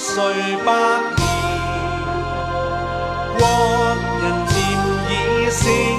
百年，國人漸已醒。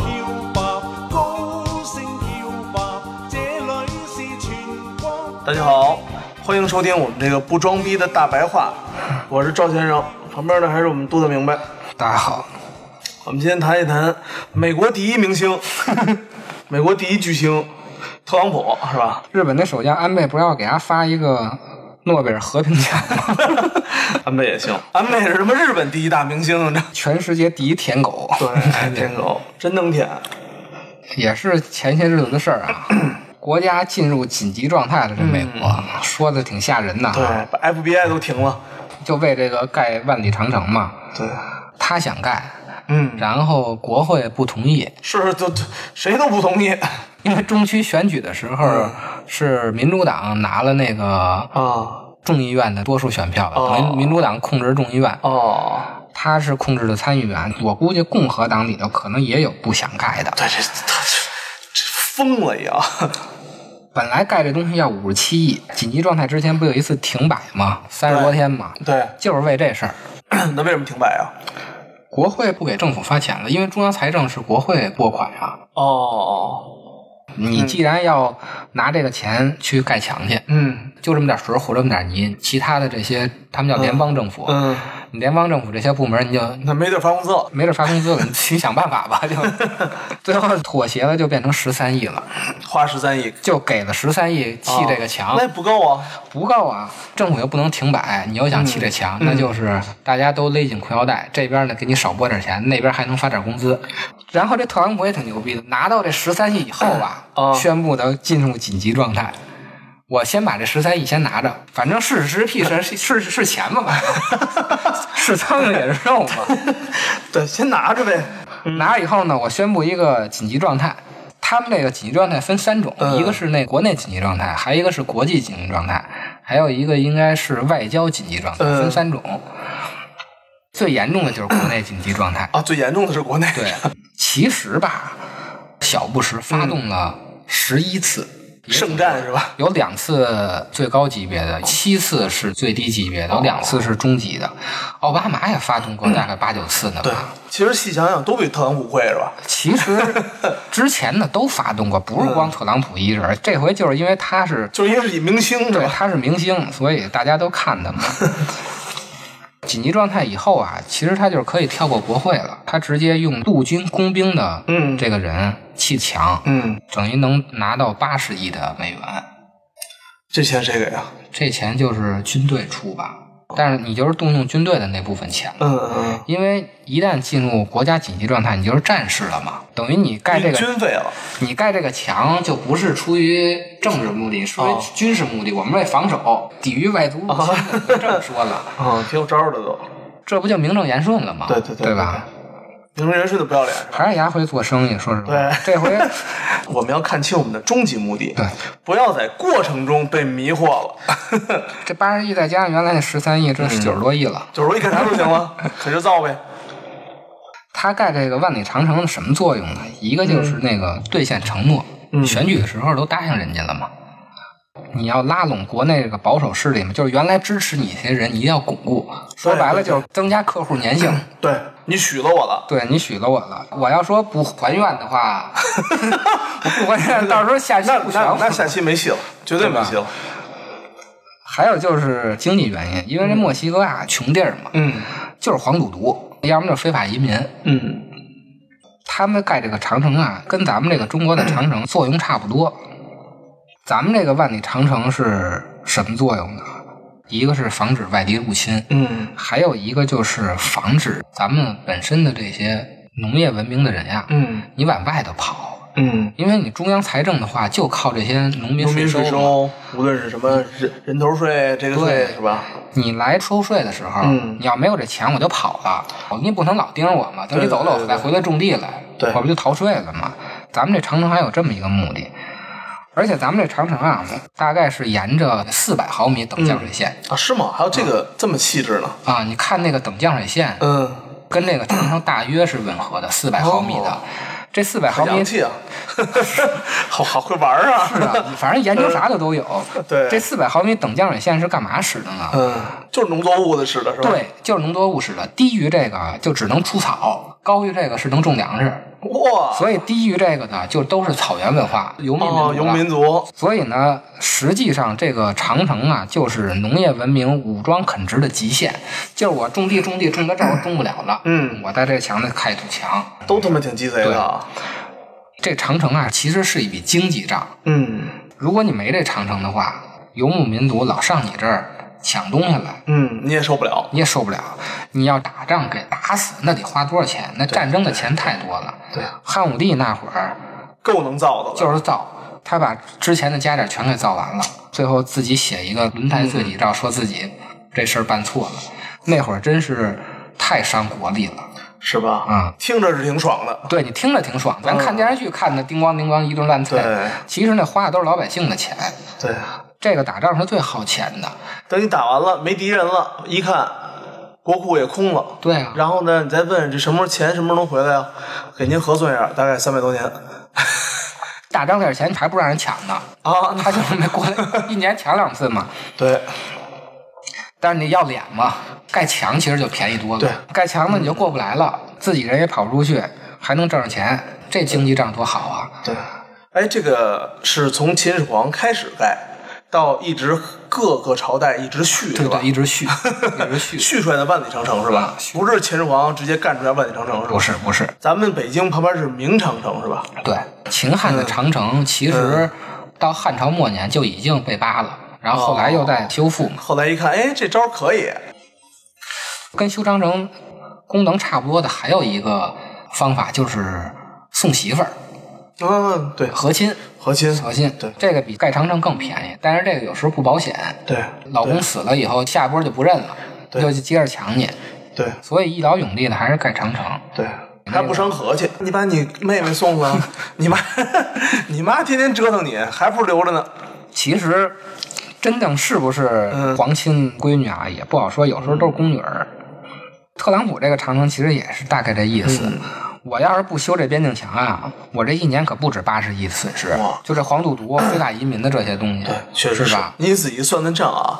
叫吧，高聲叫吧，這裏是全國。大家好，欢迎收听我们这个不装逼的大白话，我是赵先生，旁边的还是我们度的明白。大家好，我们今天谈一谈美国第一明星， 美国第一巨星特朗普是吧？日本的首相安倍不要给他发一个呃诺贝尔和平奖 吗？ 安倍也行，安倍是什么日本第一大明星啊？这 全世界第一舔狗，对，啊舔狗真能舔。也是前些日子的事儿 啊。国家进入紧急状态了，这美国、啊说的挺吓人的啊，嗯对，把 FBI 都停了。就为这个盖万里长城嘛，对，他想盖，嗯，然后国会不同意，是都都谁都不同意因为中期选举的时候、嗯是民主党拿了那个 啊。众议院的多数选票，哦等于民主党控制众议院，哦，他是控制的参议员。我估计共和党里头可能也有不想盖的，对，这他这这疯了一啊样。本来盖这东西要五十七亿，紧急状态之前不有一次停摆吗？三十多天嘛， 对，就是为这事儿。 那为什么停摆啊？国会不给政府发钱了，因为中央财政是国会拨款啊。哦，你既然要拿这个钱去盖墙去，嗯就这么点水和这么点泥，其他的这些他们叫联邦政府，嗯，你联邦政府这些部门你就那没地儿发工资了。没地儿发工资了，你自己想办 法吧，就最后妥协了，就变成十三亿了，花十三亿就给了十三亿砌这个墙。哦那也不够啊。不够啊，政府又不能停摆，你又想砌这墙，那就是大家都勒紧裤腰带，这边呢给你少拨点钱，那边还能发点工资。然后这特朗普也挺牛逼的，拿到这十三亿以后吧，啊宣布的进入紧急状态。我先把这十三亿先拿着，反正是屎是屁是是是是钱嘛， 反正是苍蝇也是肉嘛。对，先拿着呗。拿着以后呢，我宣布一个紧急状态。他们这个紧急状态分三种，嗯一个是那国内紧急状态，还有一个是国际紧急状态，还有一个应该是外交紧急状态，嗯分三种。最严重的就是国内紧急 状态。啊，最严重的是国内。对，其实吧，小布什嗯发动了十一次，也圣战是吧？有两次最高级别的，七次是最低级别的，有两次是中级的。奥巴马也发动过大概八九次呢吧。对，其实细想想都比特朗普会是吧？其实之前呢都发动过，不嗯是光特朗普一人，这回就是因为他是就是因为是以明星是对吧？他是明星，所以大家都看 他嘛。紧急状态以后啊，其实他就是可以跳过国会了，他直接用陆军工兵的嗯这个人砌墙，嗯，等于能拿到八十亿的美元，这钱谁给啊？这钱就是军队出吧，但是你就是动用军队的那部分钱了。嗯嗯，因为一旦进入国家紧急状态，你就是战士了嘛，等于你盖这个军费啊了。你盖这个墙就不是出于政治目的，是出于哦军事目的。我们为防守，抵御外族入侵的，你就这么 说了，啊，挺有招儿的都。这不就名正言顺了吗？对对对对，吧？名正言顺的不要脸是吧？还是牙回做生意，说实话对， 这回我们要看清我们的终极目的，对，不要在过程中被迷惑了。 这八十亿再加上原来那十三亿，这嗯是九十多亿了。就是我一干啥都行 了，可就造呗。他盖这个万里长城的什么作用呢？一个就是那个兑现承诺，嗯选举的时候都答应人家了嘛。你要拉拢国内这个保守势力嘛，就是原来支持你这些人，你一定要巩固。说白了就是增加客户粘性。 对你许了我了，对你许了我了，我要说不还愿的话， 不还愿，到时候下期那不全那乎那下期没戏了，绝对没戏了。还有就是经济原因，因为这墨西哥啊，穷地儿嘛，嗯就是黄赌毒，要么就是非法移民。嗯，他们盖这个长城啊，跟咱们这个中国的长城作用差不多。咱们这个万里长城是什么作用呢？一个是防止外敌入侵，嗯还有一个就是防止咱们本身的这些农业文明的人呀、嗯，你往外头跑，嗯，因为你中央财政的话，就靠这些农民农民税税嘛收，无论是什么人人头税，这个税对是吧？你来收税的时候，嗯你要没有这钱，我就跑了。哦你不能老盯着我嘛，等你对走了，对我再回来种地来，对我不就逃税了吗？咱们这长城还有这么一个目的，而且咱们这长城啊，大概是沿着四百毫米等降水线、啊，是吗？还有这个这么细致呢？啊。你看那个等降水线嗯，跟这个长城大约是吻合的，四百毫米的。哦这四百毫好米洋气啊， 好好会玩儿是啊。啊，反正研究啥的都有。 对这四百毫米等降水线是干嘛使的呢？嗯，就是农作物的使的是吧？，对，就是农作物使的，低于这个就只能除草，高于这个是能种粮食。哇，所以低于这个的就都是草原文化，游民哦，文游民族，所以呢，实际上这个长城啊，就是农业文明武装垦殖的极限，就是我种地种地种到这儿我种不了了，嗯，我在这墙里开一堵墙。都他妈挺鸡贼的啊。这长城啊，其实是一笔经济账。嗯如果你没这长城的话，游牧民族老上你这儿抢东西来，嗯，你也受不了。你也受不了。你要打仗给打死，那得花多少钱？那战争的钱太多了。对，汉武帝那会儿够能造的了。就是造，他把之前的家底儿全给造完了，最后自己写一个轮胎自嗯己照，说自己这事儿办错了。那会儿真是太伤国力了。是吧？嗯，听着是挺爽的。对你听着挺爽，咱看电视剧看的叮咣叮咣一顿乱嗯对菜，其实那花的都是老百姓的钱。对，这个打仗是最耗钱的，等你打完了，没敌人了，一看国库也空了。对啊，然后呢，你再问这什么时候钱什么时候能回来啊？给您核算一下，大概三百多年。啊打仗那点钱还不让人抢呢，啊，他就是没 过来一年抢两次嘛。对，但是你要脸嘛，盖墙其实就便宜多了。对盖墙呢你就过不来了，自己人也跑不出去，还能挣着钱，这经济账多好啊！对，哎，这个是从秦始皇开始盖，到一直各个朝代一直续，对是吧对，？一 直续，一直续。续出来的万里长城是吧啊？续不是秦始皇直接干出来万里长城是吧？不是不是，咱们北京旁边是明长城是吧？对，秦汉的长嗯城其实到汉朝末年就已经被扒了，然哦后后来又在修复嘛，后来一看，哎，这招可以，跟修长城功能差不多的还有一个方法就是送媳妇儿嗯，对，和亲。和亲，和亲，对这个比盖长城更便宜，但是这个有时候不保险，对，老公死了以后，下一波就不认了，对就接着抢你。对所以一劳永逸的还是盖长城。对，还不伤和气。你把你妹妹送 了，你妈 你妈天天折腾你，还不如留着呢。其实，真正是不是嗯皇亲闺女啊，也不好说，有时候都是宫女儿。特朗普这个长城其实也是大概这意思。嗯我要是不修这边境墙啊，我这一年可不止八十亿的损失哇，就这黄赌毒、非法移民的这些东西，是吧？你仔细算算账啊，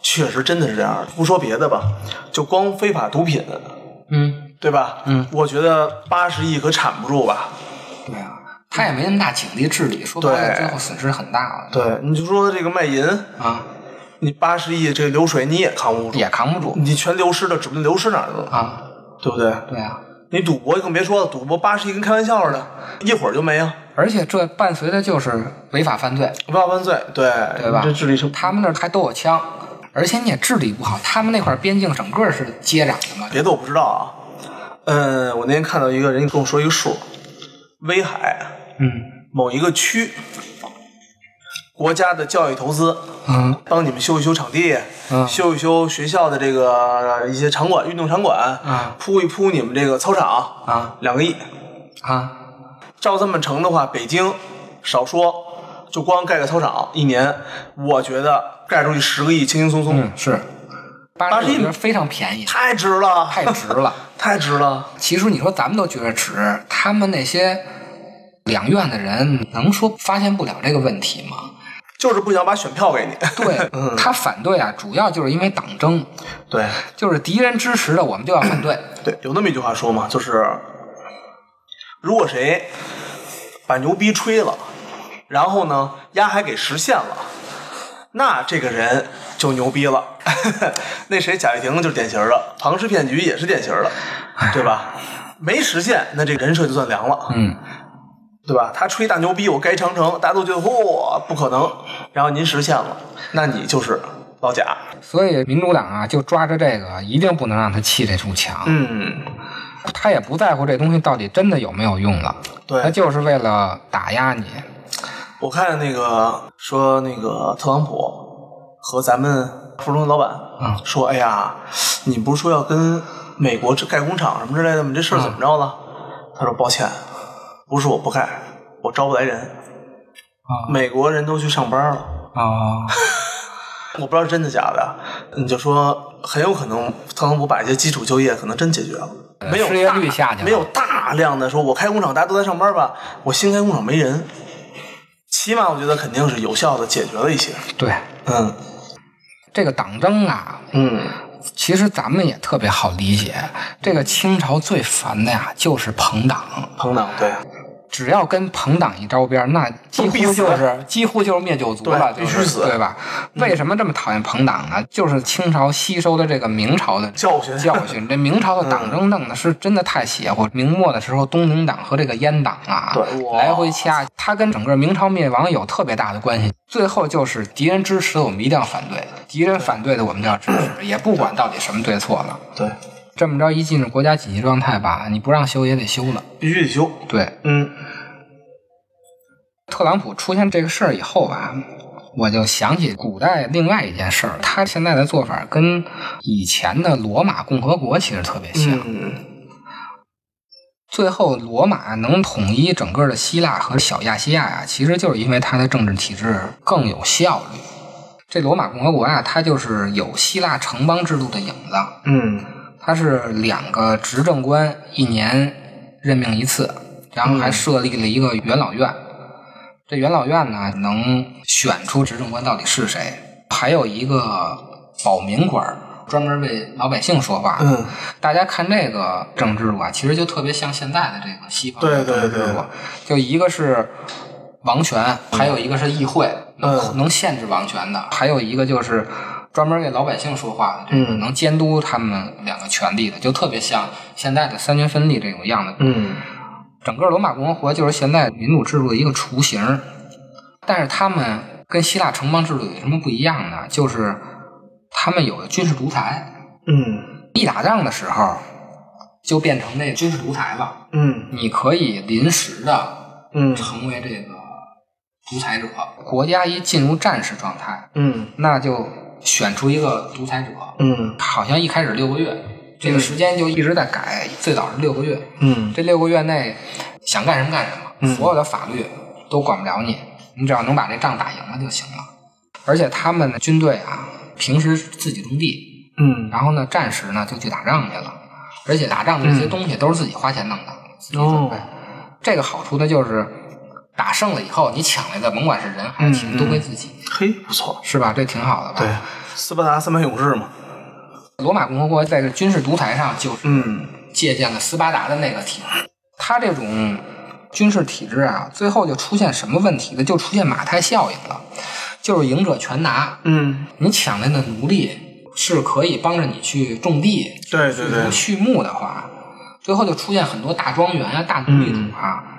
确实真的是这样的。不说别的吧，就光非法毒品，嗯，对吧？嗯，我觉得八十亿可铲不住吧。对啊，他也没那么大警力治理，说白了对最后损失很大了对，你就说这个卖淫，啊，你八十亿这流水你也扛不住，也扛不住你全流失了，指不定流失哪儿去了，啊。对不对？对啊，你赌博更别说了，赌博八十亿跟开玩笑似的，一会儿就没啊。而且这伴随的就是违法犯罪，万万岁，对对吧？这智力是他们那儿还都有枪，而且你也治理不好，他们那块儿边境整个是接壤的嘛。别的我不知道啊。嗯，我那天看到一个人跟我说一个数，威海嗯某一个区，国家的教育投资嗯帮你们修一修场地，嗯修一修学校的这个呃一些场馆、运动场馆，嗯铺一铺你们这个操场，啊两个亿。啊，照这么成的话，北京少说就光盖个操场，一年我觉得盖出去十个亿，轻轻松松，嗯是，八八十十亿一觉得非常便宜，太值了，太值了。太值了。其实你说咱们都觉得值，他们那些两院的人能说发现不了这个问题吗？就是不想把选票给你。 对他反对啊，主要就是因为党争，对就是敌人支持的我们就要反对。对，有那么一句话说嘛，就是如果谁把牛逼吹了，然后呢，丫还给实现了，那这个人就牛逼了。 那谁贾跃亭就是典型的，庞氏骗局也是典型的，对吧？没实现，那这个人设就算凉了，嗯，对吧？他吹大牛逼，我盖长城，大家都觉得嚯、不可能，然后您实现了，那你就是老贾。所以民主党啊，就抓着这个，一定不能让他砌这堵墙。嗯，他也不在乎这东西到底真的有没有用了，对他就是为了打压你。我看那个说那个特朗普和咱们服装老板嗯说，哎呀，你不是说要跟美国盖工厂什么之类的吗？你这嗯事儿怎么着了？他说抱歉，不是我不盖，我招不来人，啊美国人都去上班了。啊，我不知道是真的假的，你就说很有可能特朗普把一些基础就业可能真解决了，没有呃失业率大下去了没有大量的说我开工厂大家都在上班吧，我新开工厂没人，起码我觉得肯定是有效的解决了一些，对，嗯这个党争啊，嗯，其实咱们也特别好理解。这个清朝最烦的呀，就是朋党。朋党对只要跟朋党一招边儿，那几乎都就必是几乎就是灭九族了，对必就须是死嗯对吧？为什么这么讨厌朋党呢？就是清朝吸收的这个明朝的教训 教训。这明朝嗯的党争弄的是真的太邪乎。明末的时候，东宁党和这个阉党啊对哇，来回掐，它跟整个明朝灭亡有特别大的关系。最后就是敌人支持的我们一定要反对，敌人反对的我们就要支持，也不管到底什么对错了。对，这么着一进入国家紧急状态吧，你不让修也得修了，必须得修，对。嗯特朗普出现这个事儿以后吧，我就想起古代另外一件事儿，他现在的做法跟以前的罗马共和国其实特别像。嗯最后，罗马能统一整个的希腊和小亚细亚呀、其实就是因为它的政治体制更有效率。这罗马共和国啊，它就是有希腊城邦制度的影子，嗯它是两个执政官一年任命一次，然后还设立了一个元老院。这元老院呢，能选出执政官到底是谁，还有一个保民官儿，专门为老百姓说话。嗯，大家看这个政治制度啊，其实就特别像现在的这个西方对的对政治制对度，就一个是王权，还有一个是议会，能、嗯能限制王权的，还有一个就是专门为老百姓说话的，这个、嗯能监督他们两个权力的，就特别像现在的三权分立这种样的。嗯整个罗马共和国就是现在民主制度的一个雏形，但是他们跟希腊城邦制度有什么不一样呢？就是他们有军事独裁。嗯一打仗的时候，就变成那军事独裁了。嗯你可以临时的嗯成为这个独裁者。国家一进入战时状态，嗯那就选出一个独裁者。嗯好像一开始六个月，这个时间就一直在改，最早是六个月。嗯这六个月内想干什么干什么，嗯所有的法律都管不了你，你只要能把这仗打赢了就行了。而且他们的军队啊，平时自己种地，嗯然后呢，战时呢就去打仗去了，而且打仗的这嗯些东西都是自己花钱弄的，自己哦准备。这个好处呢就是，打胜了以后你抢来的，甭管是人还是嗯钱，都归自己，嘿不错，是吧？这挺好的吧？对，斯巴达三百勇士嘛，罗马共和国在这军事独裁上就是嗯借鉴了斯巴达的那个体制，它这种军事体制啊，最后就出现什么问题呢？就出现马太效应了，就是赢者全拿。嗯你抢来的奴隶是可以帮着你去种地，对对对去畜牧的话，最后就出现很多大庄园啊、大奴隶主啊，嗯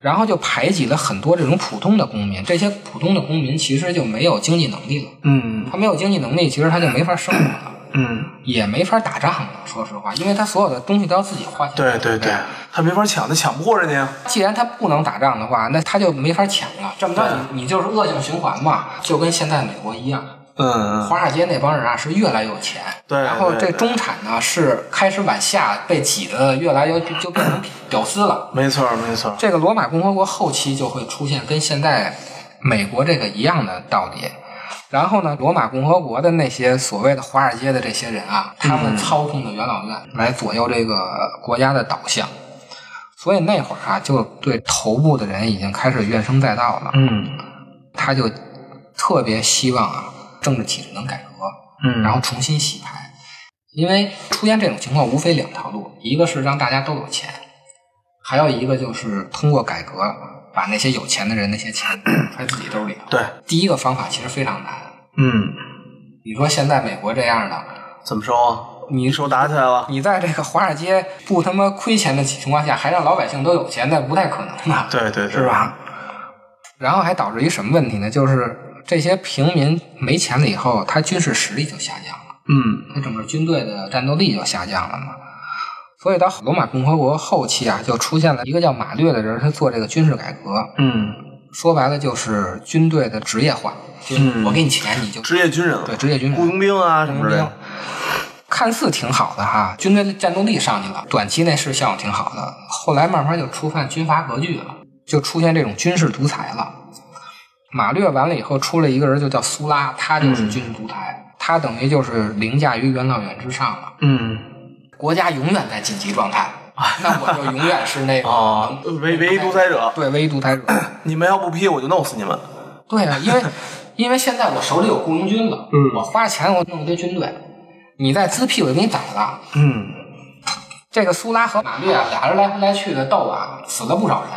然后就排挤了很多这种普通的公民。这些普通的公民其实就没有经济能力了，嗯他没有经济能力，其实他就没法生活了。嗯。也没法打仗了，说实话，因为他所有的东西都要自己花钱。对对对，他没法抢，他抢不过人家呀。既然他不能打仗的话，那他就没法抢了。这么对着，你你就是恶性循环嘛，就跟现在美国一样，嗯嗯，华尔街那帮人啊是越来越有钱，对然后对这对中产呢是开始往下被挤得越来越就变成屌丝了。没错没错。这个罗马共和国后期就会出现跟现在美国这个一样的道理。然后呢，罗马共和国的那些所谓的华尔街的这些人啊，他嗯们操控着元老院来左右这个国家的导向，所以那会儿啊，就对头部的人已经开始怨声载道了。嗯他就特别希望啊，政治体制能改革，嗯然后重新洗牌。因为出现这种情况，无非两条路，一个是让大家都有钱，还有一个就是通过改革把那些有钱的人 那些钱揣自己兜里头。对，第一个方法其实非常难。嗯，你说现在美国这样的，怎么收啊？你手打起来了？你在这个华尔街不他妈亏钱的情况下，还让老百姓都有钱，那不太可能吧？对对对，是？吧？然后还导致一什么问题呢？就是这些平民没钱了以后，他军事实力就下降了，嗯他整个军队的战斗力就下降了嘛。所以到罗马共和国后期啊，就出现了一个叫马略的人，他做这个军事改革，嗯，说白了就是军队的职业化，就是嗯我给你钱，你就职业军人了，啊对职业军雇人。佣兵啊什么之类雇佣的，看似挺好的哈，军队战斗力上去了，短期内是效果挺好的，后来慢慢就触犯军阀割据了，就出现这种军事独裁了。马略完了以后，出了一个人就叫苏拉，他就是嗯军事独裁，他等于就是凌驾于元老院之上了。嗯，国家永远在紧急状 态，那我就永远是那个啊唯唯一独裁者对，唯一独裁 者。你们要不批我就弄死你们，对啊，因为因为现在我手里有雇佣军了，嗯我花钱我弄一堆军队，你再滋屁我就给你宰了。嗯，这个苏拉和马略啊，俩人来回来去的斗啊，死了不少人。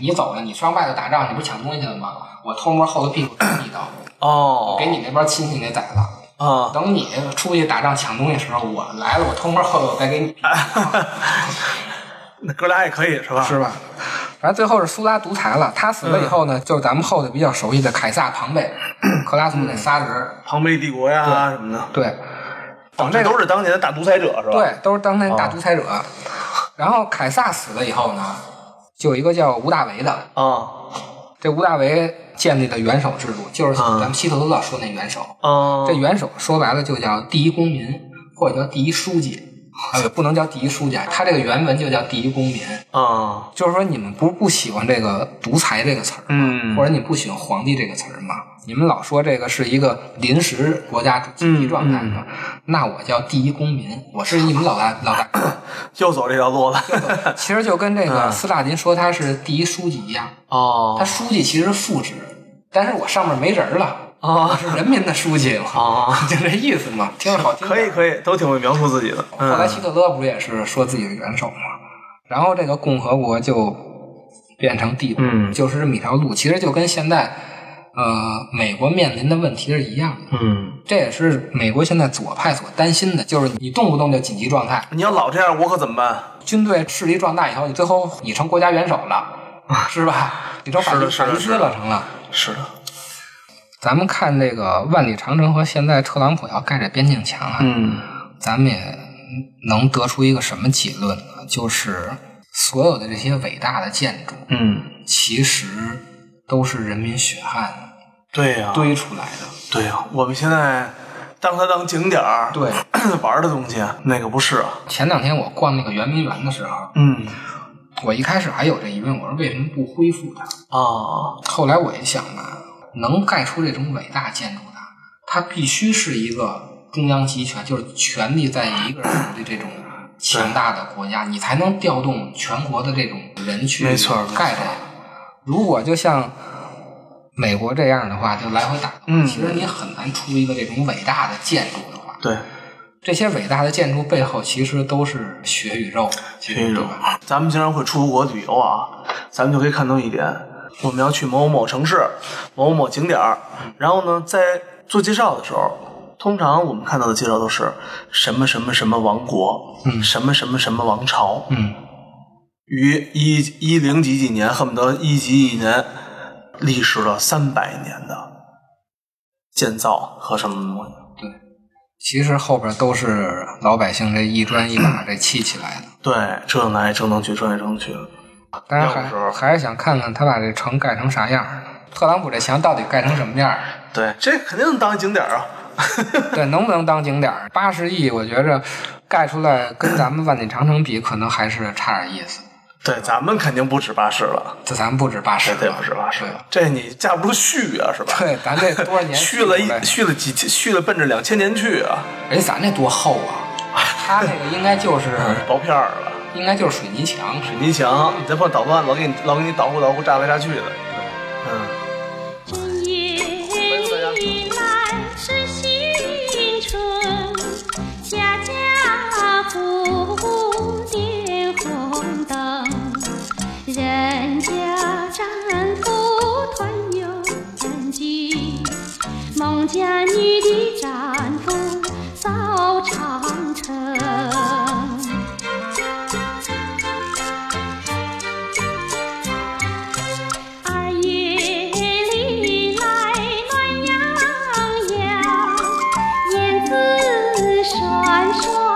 你走了，你上外头打仗，你不是抢东西去了吗？我偷摸后头屁股捅你一刀，哦，给你那边亲戚给宰了。 啊，等你出去打仗抢东西的时候，我来了，我偷摸后头再给你一刀。那哥俩也可以是吧？是吧？反正最后是苏拉独裁了，他死了以后呢，就是咱们后头比较熟悉的凯撒、庞贝、克拉苏那仨人。庞贝帝国呀什么的，对，哦，这都是当年的大独裁者是吧？对，，都是当年大独裁者。 然后凯撒死了以后呢，就有一个叫吴大维的，啊这吴大维建立的元首制度，就是嗯咱们希特勒说那元首。啊，这元首说白了就叫第一公民，或者叫第一书记。哎呦，不能叫第一书记，啊，他这个原文就叫第一公民。啊，就是说，你们不是不喜欢这个“独裁”这个词儿吗？嗯或者你不喜欢“皇帝”这个词儿吗？你们老说这个是一个临时国家紧急状嗯态吗？那我叫第一公民，我是你们老大老大 哥。又走这条路了，其实就跟这嗯个斯大林说他是第一书记一样，他哦书记其实是副职，但是我上面没人儿了，我哦是人民的书记嘛，哦， 就这意思嘛，听着好听点儿。可以可以，都挺会描述自己的，后来嗯希特勒不是也是说自己的元首嘛，然后这个共和国就变成帝国，嗯就是这么一条路，其实就跟现在呃美国面临的问题是一样的。嗯，这也是美国现在左派所担心的，就是你动不动就紧急状态，你要老这样，我可怎么办？军队势力壮大以后，你最后你成国家元首了，是吧？你成法啊是律的是法的律师了，成了。是的，咱们看这个万里长城和现在特朗普要盖这边境墙啊，嗯咱们也能得出一个什么结论呢？就是所有的这些伟大的建筑，嗯，其实都是人民血汗对呀，堆出来的。对呀，我们现在当它当景点儿， 对，玩的东西那个不是啊，前两天我逛那个圆明园的时候，嗯我一开始还有这疑问，我说为什么不恢复它？啊，后来我一想呢，能盖出这种伟大建筑的，它必须是一个中央集权，就是权力在一个人手里这种强大的国家，你才能调动全国的这种人去没错盖这个。如果就像美国这样的话，就来回打的话，嗯其实你很难出一个这种伟大的建筑的话。对，这些伟大的建筑背后，其实都是血与肉，其实这对种吧？咱们经常会出国旅游啊，咱们就可以看到一点，我们要去某某城市、某某景点儿，然后呢，在做介绍的时候，通常我们看到的介绍都是什么什么什么王国，嗯什么什么什么王朝，嗯，于一一零几几年，恨不得一几几年，历时了三百年的建造和什么东西。其实后边都是老百姓这一砖一瓦这砌起来的。对，折腾来折腾去，折腾来折腾去，当然要不时候还还是想看看他把这城盖成啥样儿，特朗普这墙到底盖成什么 样儿？对，这肯定能当景点儿啊。对，能不能当景点儿？八十亿，我觉着盖出来跟咱们万里长城比，可能还是差点意思。对，咱们肯定不止八十了。这咱不止八十这了，这不是吧？是对吧这你架不住续啊，是吧？对，咱这多少 年续了呗一续了几续了，奔着两千年去啊，人咱这多厚啊！他那个应该就是薄片儿了。应该就是水泥墙，水泥墙，你再碰捣乱，老给你老给你捣鼓捣鼓，炸来炸去的。嗯，今夜已来是新春，家家户户点红灯，人家丈夫团圆聚，孟家女的丈夫扫长城。二月里来暖洋洋，燕子双双